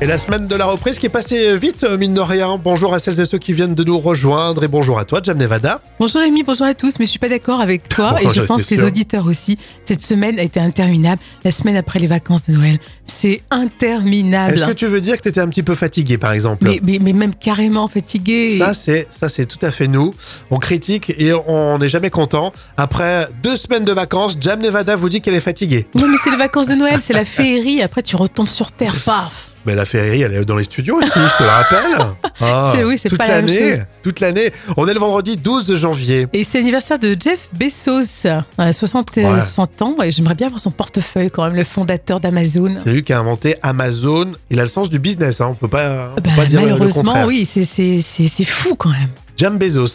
Et la semaine de la reprise qui est passée vite, euh, mine de rien. Bonjour à celles et ceux qui viennent de nous rejoindre et bonjour à toi, Jam Nevada. Bonjour Rémi, bonjour à tous, mais je suis pas d'accord avec toi Bon, et je j'étais pense que les sûr. auditeurs aussi. Cette semaine a été interminable, la semaine après les vacances de Noël. C'est interminable. Est-ce que tu veux dire que tu étais un petit peu fatigué, par exemple Ah, mais, mais- mais même carrément fatigué. Ça, c'est ça, c'est tout à fait nous. On critique et on n'est jamais content. Après deux semaines de vacances, Jam Nevada vous dit qu'elle est fatiguée. Non mais c'est les vacances de Noël, c'est la féerie, après tu retombes sur terre, paf Mais la féerie, elle est dans les studios aussi, je te le rappelle. Ah, C'est- oui, c'est toute pas la même l'année, chose. Toute l'année. On est le vendredi 12 janvier. Et c'est l'anniversaire de Jeff Bezos, euh, à 60, Ouais. 60 ans, et j'aimerais bien avoir son portefeuille quand même, le fondateur d'Amazon. C'est lui qui a inventé Amazon. Il a le sens du business, hein. on peut pas, on peut Bah, pas dire le- le malheureusement, contraire. oui, c'est- c'est c'est- c'est fou quand même. Jam Bezos,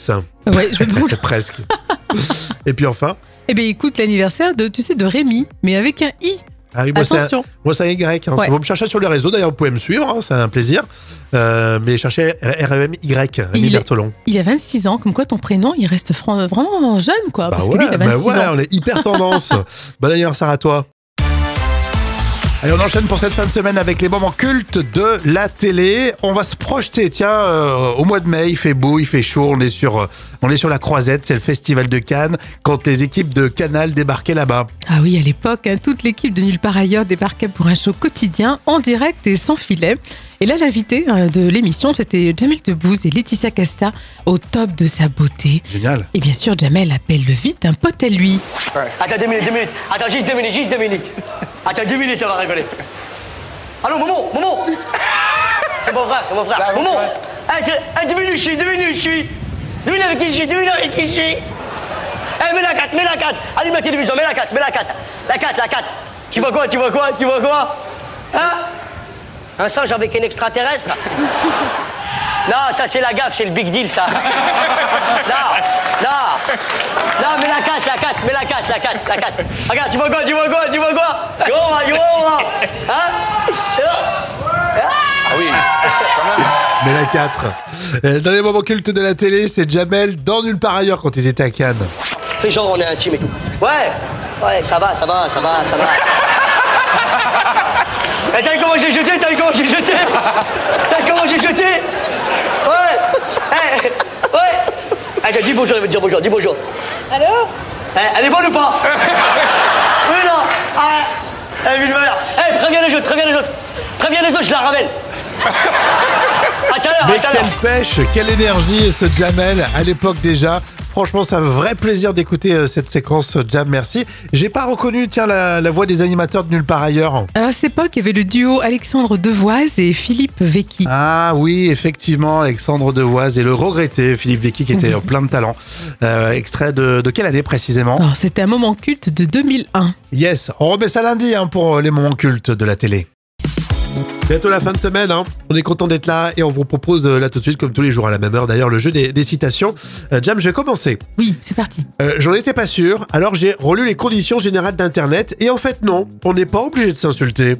Ouais, je me presque. Et puis enfin, Eh bien, écoute, l'anniversaire de, tu sais, de Rémi, mais avec un I. ah oui, moi, c'est un- Attention. moi c'est un Y. hein. Ouais. Si vous me cherchez sur les réseaux, d'ailleurs, vous pouvez me suivre, hein, c'est un plaisir. Euh, mais cherchez REMY, Rémi Il est- Bertolon. Il a 26 ans, comme quoi ton prénom, il reste fran- vraiment jeune, quoi. Bah Ah, parce ouais, que lui, il a bah 26 ouais, ans. on est hyper tendance. bon anniversaire à toi. Allez, on enchaîne pour cette fin de semaine avec les moments cultes de la télé. On va se projeter. Tiens, euh, au mois de mai, il fait beau, il fait chaud. On est sur, euh, on est sur la Croisette, c'est le festival de Cannes. Quand les équipes de Canal débarquaient là-bas, Ah oui, à l'époque, hein, toute l'équipe de Nulle part ailleurs débarquait pour un show quotidien, en direct et sans filet. Et là, l'invité euh, de l'émission, c'était Jamel Debbouze et Laetitia Casta, au top de sa beauté. génial. Et bien sûr, Jamel appelle le vite un pote à lui. Attends deux minutes, deux minutes. Attends, juste deux minutes, juste deux minutes. Attends deux minutes, on va rigoler. Allô, Momo, Momo C'est mon frère, c'est mon frère. Momo Eh, tu- eh, deux minutes, je suis, deux minutes, je suis. Deux minutes avec qui je suis, deux minutes avec qui je suis. Eh, mets la 4, mets la 4. Allume la télévision, mets la 4, mets la 4. La 4, la 4. Tu vois quoi, tu vois quoi, tu vois quoi Hein Un singe avec un extraterrestre Non, ça c'est la gaffe, c'est le big deal ça. Non, non, non, mais la 4, la 4, mais la 4, la 4, la 4. Regarde, tu vois quoi, tu vois quoi, tu vois quoi Tu vois, moi, tu vois, moi. Hein Tu vois Mais la 4. Euh, Dans les moments cultes de la télé, c'est Jamel dans Nulle part ailleurs quand ils étaient à Cannes. Fais genre, on est intime et tout. Ouais, ouais, ça va, ça va, ça va, ça va. Eh, t'as vu comment j'ai jeté, t'as vu comment j'ai jeté T'as vu comment j'ai jeté Ouais, eh, ouais. Eh, dis bonjour, il veut dire bonjour, dis bonjour. Allô Eh, elle est bonne ou pas Oui, non Ah, Eh, mille malheurs. Eh, préviens les autres, préviens les autres Préviens les autres, je la ramène À tout à l'heure, Mais à tout à l'heure quelle pêche, quelle énergie ce Jamel à l'époque déjà. Franchement, c'est un vrai plaisir d'écouter euh, cette séquence euh, Jam, merci. J'ai pas reconnu, tiens, la, la voix des animateurs de Nulle part ailleurs. Alors, à cette époque, il y avait le duo Alexandre Devoise et Philippe Vecchi. Ah oui, effectivement, Alexandre Devoise et le regretté Philippe Vicky qui était Oui. euh, plein de talent. Euh, extrait de, de quelle année précisément Alors, C'était un moment culte de 2001. Yes, on remet ça lundi hein, pour euh, les moments cultes de la télé. Bientôt la fin de semaine, hein. on est content d'être là et on vous propose euh, là tout de suite, comme tous les jours à la même heure d'ailleurs, le jeu des, des citations. Euh, Jam, je vais commencer. Oui, c'est parti. Euh, J'en étais pas sûr, alors j'ai relu les conditions générales d'Internet et en fait non, on n'est pas obligé de s'insulter.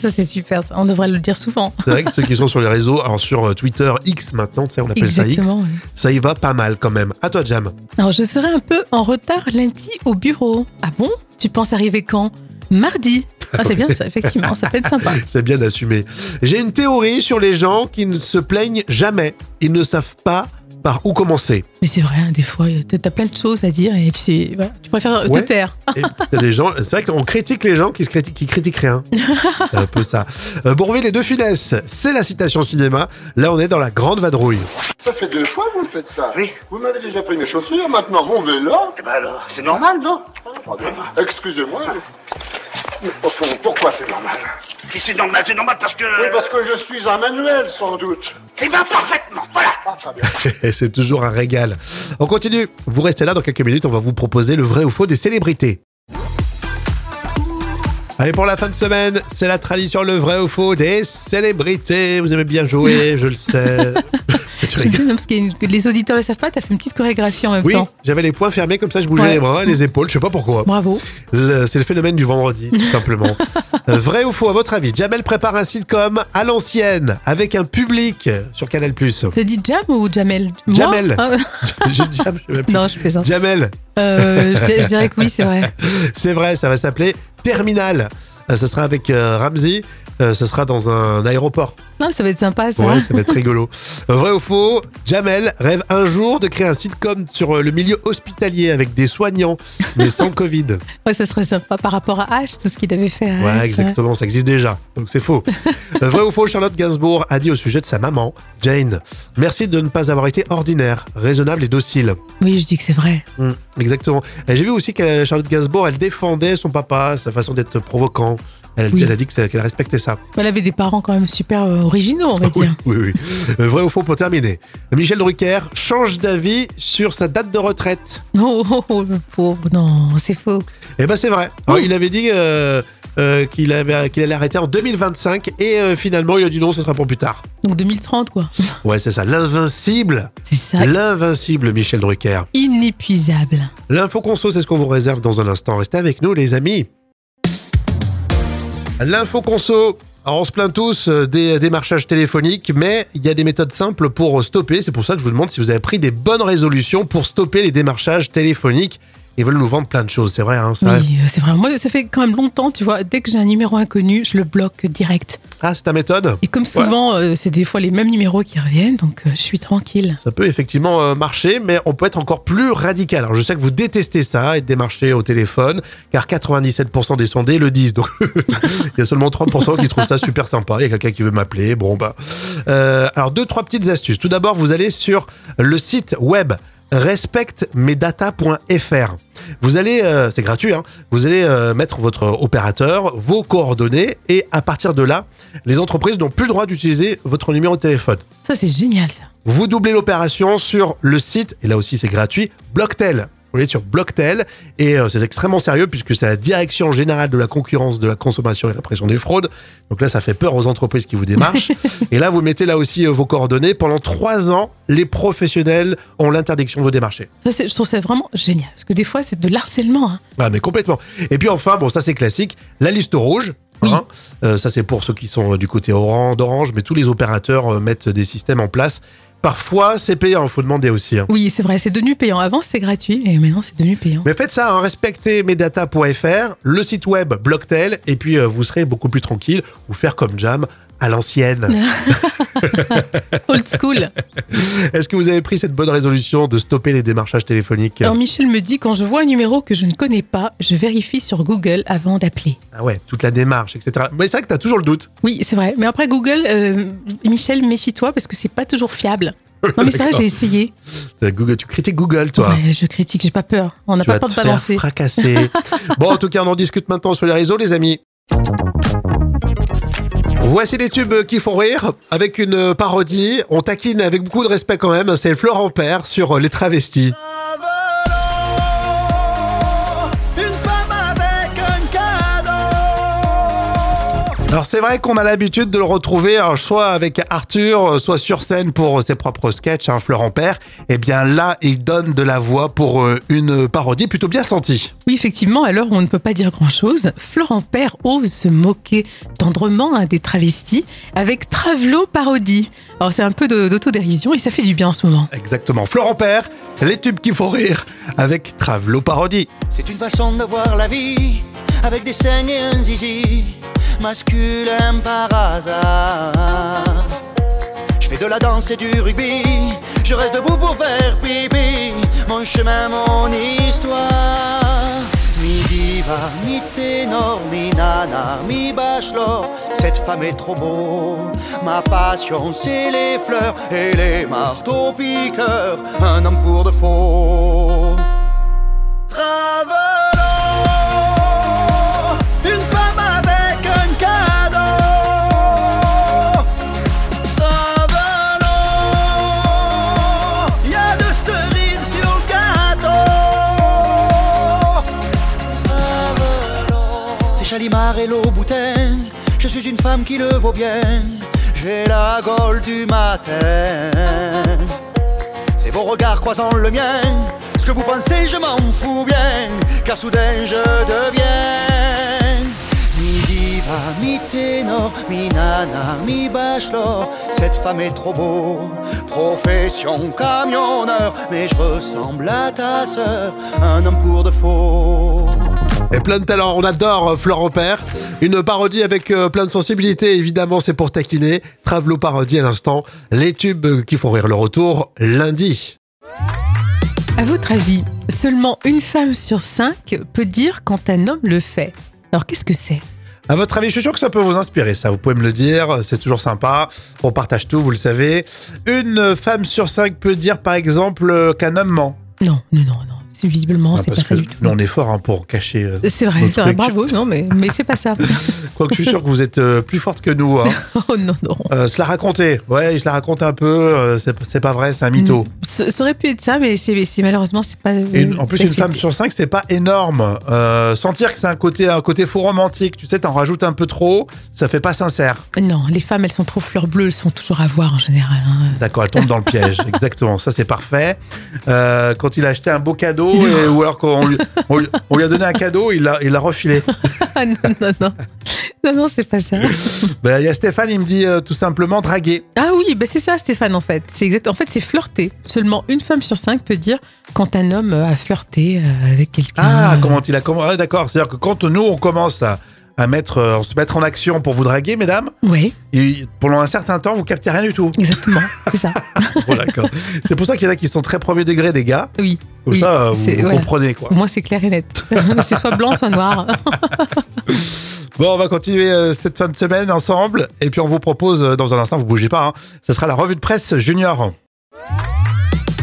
ça, c'est super. ça. On devrait le dire souvent. C'est vrai que ceux qui sont sur les réseaux, alors sur euh, Twitter X maintenant, tu sais, on appelle ça Exactement. oui. X, ça y va pas mal quand même. À toi Jam. Alors, je serai un peu en retard lundi au bureau. Ah bon Tu penses arriver quand Mardi. Ah, c'est bien ça, effectivement. Ça peut être sympa. C'est bien d'assumer. J'ai une théorie sur les gens qui ne se plaignent jamais. Ils ne savent pas par où commencer. Mais c'est vrai, hein, des fois, t'as t'as plein de choses à dire et tu, sais, voilà, tu préfères Ouais. te taire. Et t'as des gens, c'est vrai qu'on critique les gens qui, se critiquent, qui critiquent rien. C'est un peu ça. Euh, Bourvil et De Funès, c'est la citation cinéma. Là, on est dans la grande vadrouille. Ça fait deux fois que vous faites ça. Oui. Vous m'avez déjà pris mes chaussures, maintenant mon vélo. Oh, Eh ben alors, c'est normal, non Excusez-moi. Mais au fond, pourquoi c'est normal Si c'est normal, c'est normal parce que... Oui, parce que je suis un manuel, sans doute. Eh ben parfaitement, voilà Ah, ça bien. Et c'est toujours un régal. On continue. Vous restez là dans quelques minutes. On va vous proposer le vrai ou faux des célébrités. Allez, pour la fin de semaine, c'est la tradition, le vrai ou faux des célébrités. Vous avez bien joué, je le sais. Tu J'aime rigoles. bien même parce qu'il y a une- que les auditeurs ne le savent pas, t'as fait une petite chorégraphie en même Oui, temps. j'avais les poings fermés, comme ça je bougeais Ouais. les bras et les épaules, je sais pas pourquoi. Bravo. Le- C'est le phénomène du vendredi, tout simplement. Euh, Vrai ou faux, à votre avis, Jamel prépare un sitcom à l'ancienne, avec un public euh, sur Canal+. T'as dit Jam ou Jamel Moi Jamel. Ah, J'ai- Jam- je sais plus. Non, je fais ça. Jamel, Euh, je, je dirais que oui, c'est vrai. c'est vrai, ça va s'appeler Terminal. Euh, Ça sera avec euh, Ramsey. euh, ce sera dans un aéroport. Ah, ça va être sympa, ça. Ouais, ça va être rigolo. Euh, Vrai ou faux, Jamel rêve un jour de créer un sitcom sur euh, le milieu hospitalier avec des soignants, mais sans Covid. Ouais, ça serait sympa par rapport à H, tout ce qu'il avait fait. à H. Ouais, exactement, ça existe déjà, donc c'est faux. Euh, Vrai ou faux, Charlotte Gainsbourg a dit au sujet de sa maman, Jane, merci de ne pas avoir été ordinaire, raisonnable et docile. Oui, je dis que c'est vrai. Hmm, exactement. Et J'ai vu aussi que Charlotte Gainsbourg, elle défendait son papa, sa façon d'être provocant. Elle, Oui. elle a dit que c'est- qu'elle respectait ça. Elle avait des parents quand même super euh, originaux, on va Oui, dire. oui, oui. Euh, Vrai ou faux pour terminer. Michel Drucker change d'avis sur sa date de retraite. Oh, oh, oh, le pauvre, non, c'est faux. Eh ben c'est vrai. Alors, Oh. Il avait dit euh, euh, qu'il avait qu'il allait arrêter en 2025 et euh, finalement il a dit non, ce sera pour plus tard. Donc 2030, quoi. Ouais, c'est ça. L'invincible, C'est ça, l'invincible Michel Drucker. inépuisable. L'info conso, c'est ce qu'on vous réserve dans un instant. Restez avec nous, les amis. L'info conso. Alors, on se plaint tous euh, des démarchages téléphoniques, mais il y a des méthodes simples pour euh, stopper. C'est pour ça que je vous demande si vous avez pris des bonnes résolutions pour stopper les démarchages téléphoniques. Ils veulent nous vendre plein de choses, c'est vrai. Hein, ça. Oui, euh, c'est vrai. Moi, ça fait quand même longtemps, tu vois. Dès que j'ai un numéro inconnu, je le bloque direct. Ah, c'est ta méthode Et comme souvent, euh, c'est des fois les mêmes numéros qui reviennent, donc euh, je suis tranquille. Ça peut effectivement euh, marcher, mais on peut être encore plus radical. Alors, je sais que vous détestez ça, être démarché au téléphone, car 97% des sondés le disent. Donc, il y a seulement 3% qui trouvent ça super sympa. Il y a quelqu'un qui veut m'appeler. Bon, bah. Euh, alors, deux, trois petites astuces. Tout d'abord, vous allez sur le site web respectmesdata.fr. Vous allez, euh, c'est gratuit, hein, vous allez euh, mettre votre opérateur, vos coordonnées, et à partir de là, les entreprises n'ont plus le droit d'utiliser votre numéro de téléphone. Ça, c'est génial, ça. Vous doublez l'opération sur le site, et là aussi c'est gratuit, Blocktel. Vous allez sur Blocktel, et euh, c'est extrêmement sérieux puisque c'est la direction générale de la concurrence, de la consommation et répression des fraudes. Donc là, ça fait peur aux entreprises qui vous démarchent. et là, vous mettez là aussi euh, vos coordonnées. Pendant trois ans, les professionnels ont l'interdiction de vous démarcher. ça c'est- je trouve ça vraiment génial. Parce que des fois, c'est de l'harcèlement. hein. Ah, mais complètement. Et puis enfin, bon, ça c'est classique, la liste rouge. Oui. hein. Euh, ça c'est pour ceux qui sont euh, du côté oran- d'Orange, mais tous les opérateurs euh, mettent des systèmes en place. Parfois, c'est payant, il faut demander aussi. hein. Oui, c'est vrai, c'est devenu payant. Avant, c'était gratuit, et maintenant, c'est devenu payant. Mais faites ça, hein, respectezmesdata.fr, le site web Blocktel, et puis euh, vous serez beaucoup plus tranquille, ou faire comme Jam à l'ancienne. Old school. Est-ce que vous avez pris cette bonne résolution de stopper les démarchages téléphoniques Alors, Michel me dit quand je vois un numéro que je ne connais pas, je vérifie sur Google avant d'appeler. Ah ouais, toute la démarche, etc. Mais c'est vrai que t'as toujours le doute. Oui, c'est vrai. Mais après, Google, euh, Michel, méfie-toi parce que c'est pas toujours fiable. Non, mais c'est vrai, D'accord. j'ai essayé. Euh, Google, tu critiques Google, toi. Ouais, je critique, j'ai pas peur. On n'a Tu vas pas peur te de faire balancer. fracasser. bon, en tout cas, on en discute maintenant sur les réseaux, les amis. Voici les tubes qui font rire avec une parodie. On taquine avec beaucoup de respect quand même. C'est Florent Père sur les travestis. Alors c'est vrai qu'on a l'habitude de le retrouver alors, soit avec Arthur, euh, soit sur scène pour euh, ses propres sketchs, hein, Florent Père. Eh bien là, il donne de la voix pour euh, une parodie plutôt bien sentie. Oui, effectivement, alors on ne peut pas dire grand-chose. Florent Père ose se moquer tendrement hein, des travestis avec Travelo parodie. Alors c'est un peu de- d'autodérision et ça fait du bien en ce moment. Exactement, Florent Père, les tubes qui font rire avec Travelo Parodie. C'est une façon de voir la vie avec des scènes et un zizi masculin par hasard. Je fais de la danse et du rugby, je reste debout pour faire pipi. Mon chemin, mon histoire. Mi diva, mi ténor, mi nana, mi bachelor. Cette femme est trop beau. Ma passion, c'est les fleurs et les marteaux piqueurs. Un homme pour de faux. Travelo, une femme avec un cadeau. Travelo, il y a de cerises sur le gâteau. C'est Chalimar et Louboutin. Je suis une femme qui le vaut bien. J'ai la gaule du matin. C'est vos regards croisant le mien. Ce que vous pensez, je m'en fous bien. Car soudain, je deviens. Mi diva, mi ténor, mi nana, mi bachelor. Cette femme est trop beau. Profession camionneur. Mais je ressemble à ta sœur. Un homme pour de faux. et plein de talent. On adore euh, Florent Père. Une parodie avec euh, plein de sensibilité, évidemment, c'est pour taquiner. Travelo parodie à l'instant. Les tubes euh, qui font rire le retour lundi. À votre avis, seulement une femme sur cinq peut dire quand un homme le fait. Alors qu'est-ce que c'est À votre avis, je suis sûr que ça peut vous inspirer, ça. Vous pouvez me le dire, c'est toujours sympa. On partage tout, vous le savez. Une femme sur cinq peut dire, par exemple, euh, qu'un homme ment. Non, non, non, non. C'est visiblement, Ah, c'est pas parce ça que du tout. nous, on est fort hein, pour cacher. euh, C'est vrai, Notre c'est vrai. truc. Bravo, non, mais, mais c'est pas ça. Quoique je suis sûr que vous êtes euh, plus forte que nous. hein. oh non, non. Euh, se la raconter. Ouais, il se la raconte un peu. euh, c'est c'est pas vrai, c'est un mytho. Ce- Ça aurait pu être ça, mais c'est c'est- malheureusement, c'est pas. Et une- en plus, une d'actualité. femme sur cinq, c'est pas énorme. Euh, sentir que c'est un côté, un côté faux romantique, tu sais, t'en rajoutes un peu trop, ça fait pas sincère. Non, les femmes, elles sont trop fleurs bleues, elles sont toujours à voir en général. hein. D'accord, elle tombe dans le piège. Exactement, ça c'est parfait. Euh, quand il a acheté un beau cadeau, et- ou alors qu'on lui, on lui- on lui a donné un cadeau, il l'a il l'a refilé. Ah non, non, non. Non, non, c'est pas ça. Ben, Il y a Stéphane, il me dit euh, tout simplement draguer. Ah oui, bah c'est ça, Stéphane, en fait. C'est exact. En fait, c'est flirter. Seulement une femme sur cinq peut dire quand un homme a flirté euh, avec quelqu'un. Ah, comment il a commencé D'accord, c'est-à-dire que quand nous, on commence à, à mettre, euh, se mettre en action pour vous draguer, mesdames, Oui, Et pendant un certain temps, vous captez rien du tout. exactement. c'est ça. Voilà, quoi. c'est pour ça qu'il y en a qui sont très premier degré des gars. Oui. Comme oui, ça, euh, vous, c'est- vous voilà. comprenez quoi. Moi, c'est clair et net. c'est soit blanc, soit noir. Bon, on va continuer euh, cette fin de semaine ensemble. Et puis on vous propose, euh, dans un instant, vous bougez pas, hein, ce sera la revue de presse junior.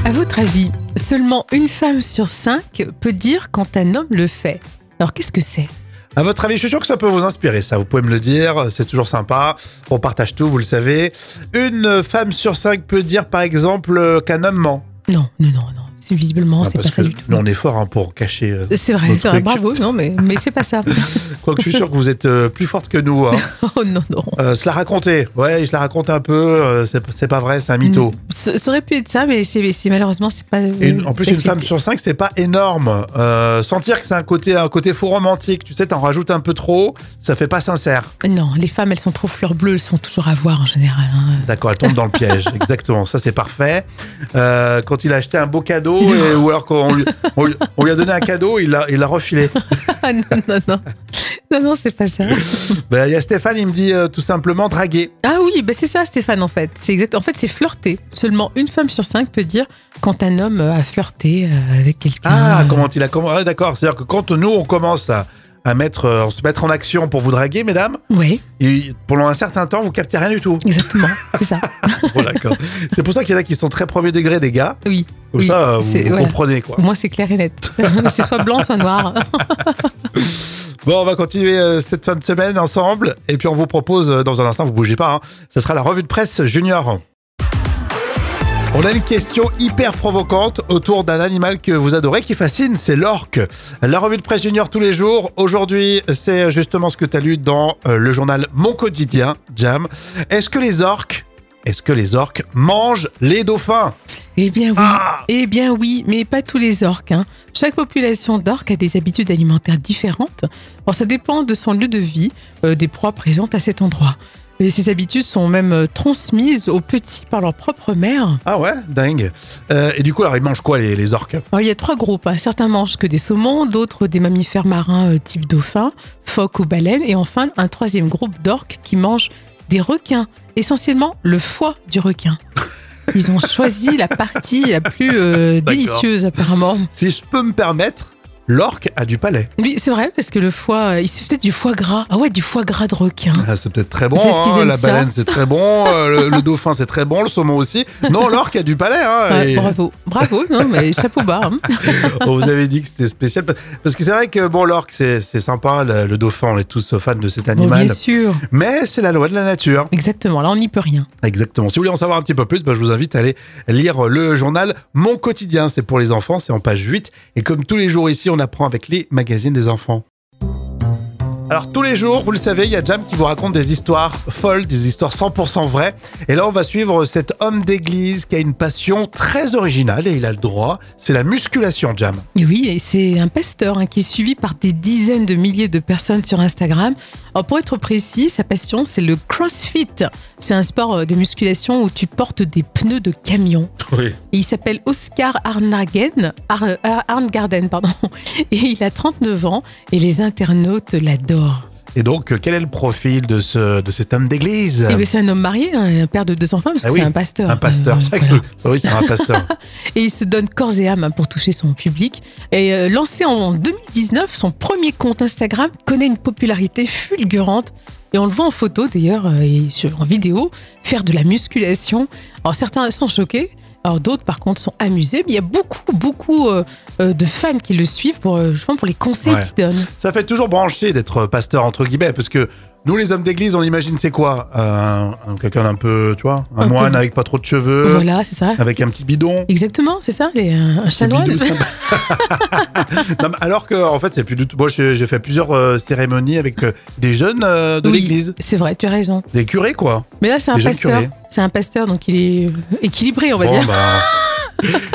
À votre avis, seulement une femme sur cinq peut dire quand un homme le fait. Alors qu'est-ce que c'est À votre avis, je suis sûr que ça peut vous inspirer, ça. Vous pouvez me le dire, c'est toujours sympa. On partage tout, vous le savez. Une femme sur cinq peut dire, par exemple, euh, qu'un homme ment. Non, non, non, non. C'est visiblement, Ah, c'est parce pas ça que du tout. nous, on est fort hein, pour cacher. euh, C'est vrai, Notre c'est vrai. truc. Bravo, non, mais, mais c'est pas ça. Quoique je suis sûr que vous êtes euh, plus forte que nous. hein. Oh non, non. Euh, se la raconter. Ouais, il se la raconte un peu. euh, c'est c'est pas vrai, c'est un mytho. Ce- Ça aurait pu être ça, mais c'est c'est- malheureusement, c'est pas. Et une- en plus, une d'actualité. femme sur cinq, c'est pas énorme. Euh, sentir que c'est un côté, un côté faux romantique, tu sais, t'en rajoutes un peu trop, ça fait pas sincère. Non, les femmes, elles sont trop fleurs bleues, elles sont toujours à voir en général. hein. D'accord, elle tombe dans le piège. Exactement, ça c'est parfait. Euh, quand il a acheté un beau cadeau, et- ou alors qu'on lui, on lui- on lui a donné un cadeau, il l'a il l'a refilé. Ah non, non, non. Non, non, c'est pas ça. Ben, Il y a Stéphane, il me dit euh, tout simplement draguer. Ah oui, bah c'est ça, Stéphane, en fait. C'est exact. En fait, c'est flirter. Seulement une femme sur cinq peut dire quand un homme a flirté euh, avec quelqu'un. Ah, comment il a commencé ah, D'accord, c'est-à-dire que quand nous, on commence à, à mettre, euh, se mettre en action pour vous draguer, mesdames, Oui, Et pendant un certain temps, vous captez rien du tout. exactement. c'est ça. Voilà, quoi. c'est pour ça qu'il y en a qui sont très premier degré des gars. Oui. Comme oui, ça, euh, vous, c'est- vous voilà. comprenez quoi. Moi, c'est clair et net. c'est soit blanc, soit noir. Bon, on va continuer euh, cette fin de semaine ensemble. Et puis on vous propose, euh, dans un instant, vous bougez pas, hein, ce sera la revue de presse junior. On a une question hyper provocante autour d'un animal que vous adorez, qui fascine, c'est l'orque. La revue de presse junior tous les jours. Aujourd'hui, c'est euh, justement ce que tu as lu dans euh, le journal Mon Quotidien, Jam. Est-ce que les orques, est-ce que les orques mangent les dauphins Eh bien oui, eh bien oui, mais pas tous les orques. hein. Chaque population d'orques a des habitudes alimentaires différentes. Alors, ça dépend de son lieu de vie, euh, des proies présentes à cet endroit. Et ces habitudes sont même euh, transmises aux petits par leur propre mère. Ah ouais, dingue. Euh, et du coup, alors ils mangent quoi les, les orques Alors, il y a trois groupes. hein. Certains mangent que des saumons, d'autres des mammifères marins euh, type dauphin, phoque ou baleine, et enfin un troisième groupe d'orques qui mangent des requins, essentiellement le foie du requin. Ils ont choisi la partie la plus euh, délicieuse apparemment. Si je peux me permettre, l'orque a du palais. Oui, c'est vrai, parce que le foie, euh, il se peut-être du foie gras. Ah ouais, du foie gras de requin. Ah, c'est peut-être très bon. C'est ce qu'ils hein, aiment la ça. baleine, c'est très bon. euh, le, le dauphin, c'est très bon. Le saumon aussi. Non, l'orque a du palais. hein, Ouais, et Bravo, bravo, non, mais chapeau bas. hein. on vous avait dit que c'était spécial. Parce que c'est vrai que bon, l'orque, c'est c'est sympa. Le, le dauphin, on est tous fans de cet Bon, animal. bien sûr, Mais c'est la loi de la nature. exactement, là on n'y peut rien. Exactement. Si vous voulez en savoir un petit peu plus, bah, je vous invite à aller lire euh, le journal Mon quotidien. C'est pour les enfants, c'est en page 8. Et comme tous les jours ici, on apprend avec les magazines des enfants. Alors tous les jours, vous le savez, il y a Jam qui vous raconte des histoires folles, des histoires 100% vraies. Et là, on va suivre cet homme d'église qui a une passion très originale et il a le droit. C'est la musculation, Jam. Et Oui, et c'est un pasteur hein, qui est suivi par des dizaines de milliers de personnes sur Instagram. Alors, pour être précis, sa passion, c'est le CrossFit. C'est un sport euh, de musculation où tu portes des pneus de camion. Oui. Et il s'appelle Oscar Arnargen, Ar- Ar- Arngarden, pardon. Et il a 39 ans et les internautes l'adorent. Et donc, euh, quel est le profil de, ce, de cet homme d'église Et Eh bien, c'est un homme marié, hein, un père de deux enfants, parce Euh, Ah que oui, c'est un pasteur. Un pasteur. Euh, C'est vrai que- voilà. Oui, c'est un pasteur. et il se donne corps et âme hein, pour toucher son public. Et euh, lancé en 2019, son premier compte Instagram connaît une popularité fulgurante. Et on le voit en photo d'ailleurs euh, et sur- en vidéo faire de la musculation. Alors certains sont choqués, alors d'autres par contre sont amusés. Mais il y a beaucoup, beaucoup euh, euh, de fans qui le suivent pour euh, justement pour les conseils Ouais. qu'il donne. Ça fait toujours branché d'être pasteur, entre guillemets, parce que nous, les hommes d'église, on imagine c'est quoi Euh, un- Quelqu'un d'un peu, tu vois, un, Un peu- moine avec pas trop de cheveux, voilà, c'est ça. avec un petit bidon. Exactement, c'est ça, les, euh, un chanoine. Euh. bidou, Non, mais alors que, en fait, c'est plus du tout. Moi, j'ai j'ai fait plusieurs euh, cérémonies avec euh, des jeunes euh, de Oui, l'église, c'est vrai, tu as raison. des curés, quoi. Mais là, c'est un Les jeunes pasteur. curés. C'est un pasteur, donc il est euh, équilibré, on va Bon, dire. bah.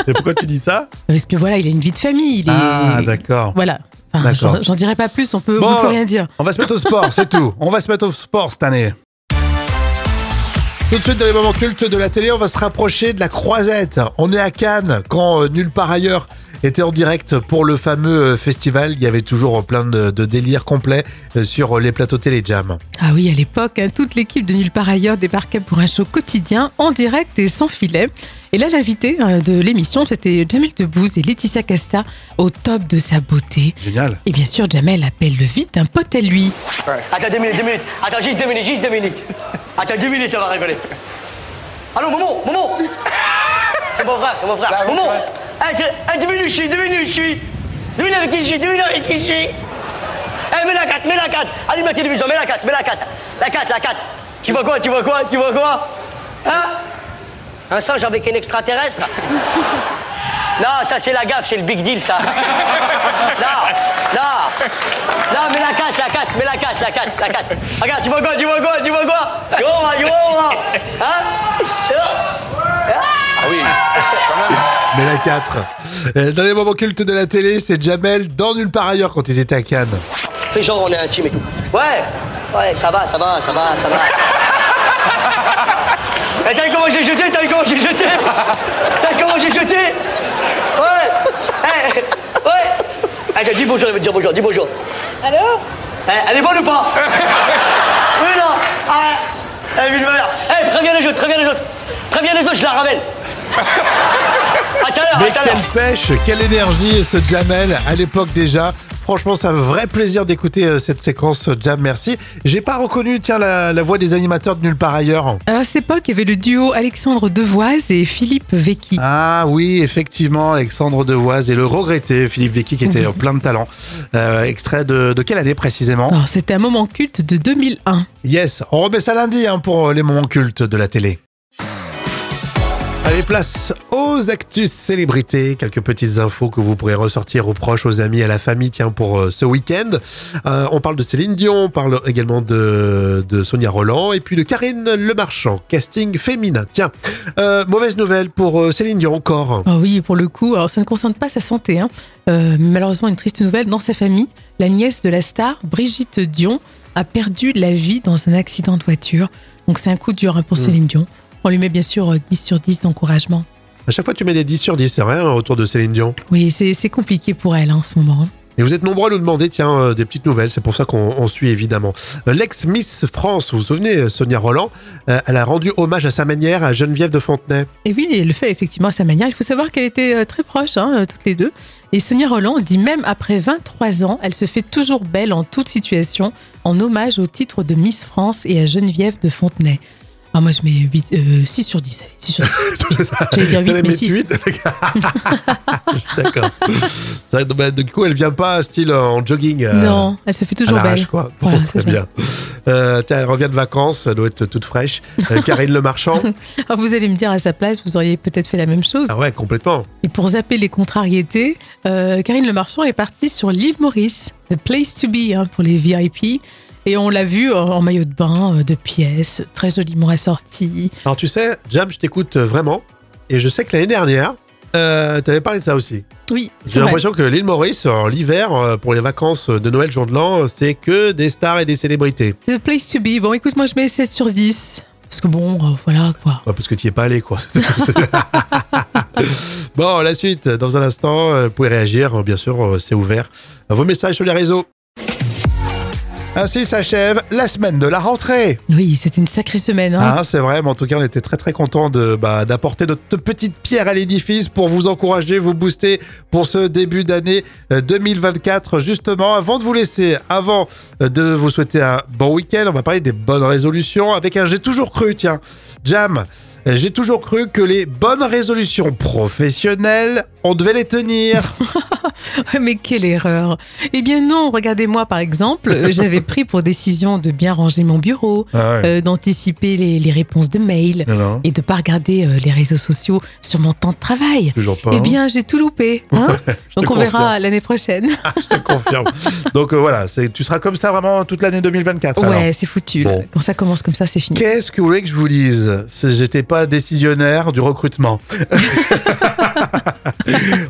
Et pourquoi tu dis ça Parce que voilà, il a une vie de famille. Il est... Ah, d'accord. Voilà. Enfin, D'accord. j'en- J'en dirai pas plus, on peut, Bon. on peut rien dire. On va se mettre au sport, c'est tout. On va se mettre au sport cette année. Tout de suite, dans les moments cultes de la télé, on va se rapprocher de la croisette. On est à Cannes, quand euh, nulle part ailleurs était en direct pour le fameux euh, festival. Il y avait toujours plein de, de délires complets euh, sur euh, les plateaux téléjam. Ah oui, à l'époque, hein, toute l'équipe de Nulle part ailleurs débarquait pour un show quotidien, en direct et sans filet. Et là, l'invité hein, de l'émission, c'était Jamel Debbouze et Laetitia Casta, au top de sa beauté. Génial. Et bien sûr, Jamel appelle le vite un pote à lui. Attends deux minutes, deux minutes. Attends juste deux minutes, juste deux minutes. Attends deux minutes, on va rigoler. Allô, Momo, Momo C'est mon frère, c'est mon frère. Momo Attends, attends, deux minutes, je suis, deux minutes, je suis. Deux minutes avec qui je suis, deux minutes avec qui je suis. Eh, mets la 4, mets la 4. Allume la télévision, mets la 4, mets la 4. La 4, la 4. Tu vois quoi, tu vois quoi, tu vois quoi Hein Un singe avec un extraterrestre Non, ça c'est la gaffe, c'est le big deal ça. Non, non. Non, mais la 4, la 4, mais la 4, la 4, la 4. Regarde, tu vois quoi, tu vois quoi, tu vois quoi Tu vois, moi, tu vois, moi. Hein Mais la 4. Euh, Dans les moments cultes de la télé, c'est Jamel dans nulle part ailleurs quand ils étaient à Cannes. Fais genre, on est intime et tout. Ouais, ouais, ça va, ça va, ça va, ça va. Et t'as vu comment j'ai jeté, t'as vu comment j'ai jeté T'as vu comment j'ai jeté Ouais, Eh, ouais. Eh, dis bonjour, elle veut dire bonjour, dis bonjour. Allô Eh, elle est bonne ou pas Oui, non Ah, Eh, ville de merde. Eh, préviens les autres, préviens les autres Préviens les autres, je la ramène À tout à l'heure, Mais à Ah, tout à l'heure quelle pêche, quelle énergie ce Jamel à l'époque déjà. Franchement, c'est un vrai plaisir d'écouter euh, cette séquence euh, Jam, merci. J'ai pas reconnu tiens la, la voix des animateurs de nulle part ailleurs. Alors à cette époque, il y avait le duo Alexandre Devoise et Philippe Vecchi. Ah oui, effectivement, Alexandre Devoise et le regretté Philippe Vicky qui était euh, plein de talent. Euh, extrait de, de quelle année précisément Alors, C'était Ah, un moment culte de 2001. Yes, on remet ça lundi hein, pour les moments cultes de la télé. Allez, place aux actus célébrités. Quelques petites infos que vous pourrez ressortir aux proches, aux amis, à la famille, tiens, pour euh, ce week-end. Euh, on parle de Céline Dion, on parle également de, de Sonia Roland et puis de Karine Lemarchand, casting féminin. Tiens, euh, mauvaise nouvelle pour euh, Céline Dion encore. Ah oui, pour le coup, alors ça ne concerne pas sa santé. hein. Euh, mais malheureusement, une triste nouvelle dans sa famille. La nièce de la star, Brigitte Dion, a perdu la vie dans un accident de voiture. Donc c'est un coup dur hein, pour Céline Dion. On lui met bien sûr euh, 10 sur 10 d'encouragement. À chaque fois, tu mets des 10 sur 10, c'est vrai, hein, autour de Céline Dion. Oui, c'est c'est compliqué pour elle hein, en ce moment. hein. Et vous êtes nombreux à nous demander, tiens, euh, des petites nouvelles. C'est pour ça qu'on on suit évidemment. Euh, L'ex-Miss France, vous vous souvenez, euh, Sonia Roland, euh, elle a rendu hommage à sa manière à Geneviève de Fontenay. Et oui, elle le fait effectivement à sa manière. Il faut savoir qu'elle était euh, très proche, toutes les deux. Et Sonia Roland dit même après 23 ans, elle se fait toujours belle en toute situation, en hommage au titre de Miss France et à Geneviève de Fontenay. Alors, Ah, moi, je mets 8, euh, 6 sur 10. Allez, 6 sur 10. J'allais dire 8, T'allais mais mettre 6. huit D'accord. C'est vrai que, bah, du coup, elle vient pas style en jogging. euh, non, elle se fait à toujours l'arrache, belle. quoi. Bon, Voilà, très c'est ça. bien. Euh, tiens, elle revient de vacances, elle doit être toute fraîche. Euh, Karine Le Marchand. Alors, vous allez me dire à sa place, vous auriez peut-être fait la même chose. Ah ouais, complètement. Et pour zapper les contrariétés, euh, Karine Le Marchand est partie sur l'île Maurice, the place to be hein, pour les VIP. Et on l'a vu en, en maillot de bain, euh, de pièces, très joliment assorti. Alors tu sais, Jam, je t'écoute euh, vraiment. Et je sais que l'année dernière, euh, t'avais parlé de ça aussi. Oui, J'ai c'est vrai. l'impression que l'île Maurice, en l'hiver, euh, pour les vacances de Noël, jour de l'an, euh, c'est que des stars et des célébrités. The place to be. Bon, écoute, moi je mets 7 sur 10. Parce que bon, euh, voilà quoi. Ouais, Ah, parce que tu n'y es pas allé, quoi. bon, la suite, dans un instant, euh, vous pouvez réagir, bien sûr, euh, c'est ouvert. Vos messages sur les réseaux. Ainsi s'achève la semaine de la rentrée. Oui, c'était une sacrée semaine. hein. Ah, c'est vrai, mais en tout cas, on était très très contents de, bah, d'apporter notre petite pierre à l'édifice pour vous encourager, vous booster pour ce début d'année euh, 2024. Justement, avant de vous laisser, avant euh, de vous souhaiter un bon week-end, on va parler des bonnes résolutions avec un j'ai toujours cru, tiens, Jam. euh, J'ai toujours cru que les bonnes résolutions professionnelles, on devait les tenir. Ouais, Mais quelle erreur Eh bien non, regardez-moi par exemple, euh, j'avais pris pour décision de bien ranger mon bureau, Ah euh, d'anticiper les, les réponses de mails et de pas regarder euh, les réseaux sociaux sur mon temps de travail. toujours pas. hein, Eh bien, j'ai tout loupé. hein Donc, on confirme. verra l'année prochaine. je te confirme. Donc euh, voilà, c'est- tu seras comme ça vraiment toute l'année 2024. alors. ouais, c'est foutu. là. Bon. Quand ça commence comme ça, c'est fini. Qu'est-ce que vous voulez que je vous dise C'est- J'étais pas décisionnaire du recrutement.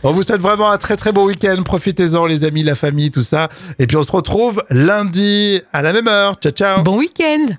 on vous souhaite vraiment un très très beau week-end. Profitez-en les amis, la famille, tout ça. Et puis on se retrouve lundi à la même heure. Ciao ciao. Bon week-end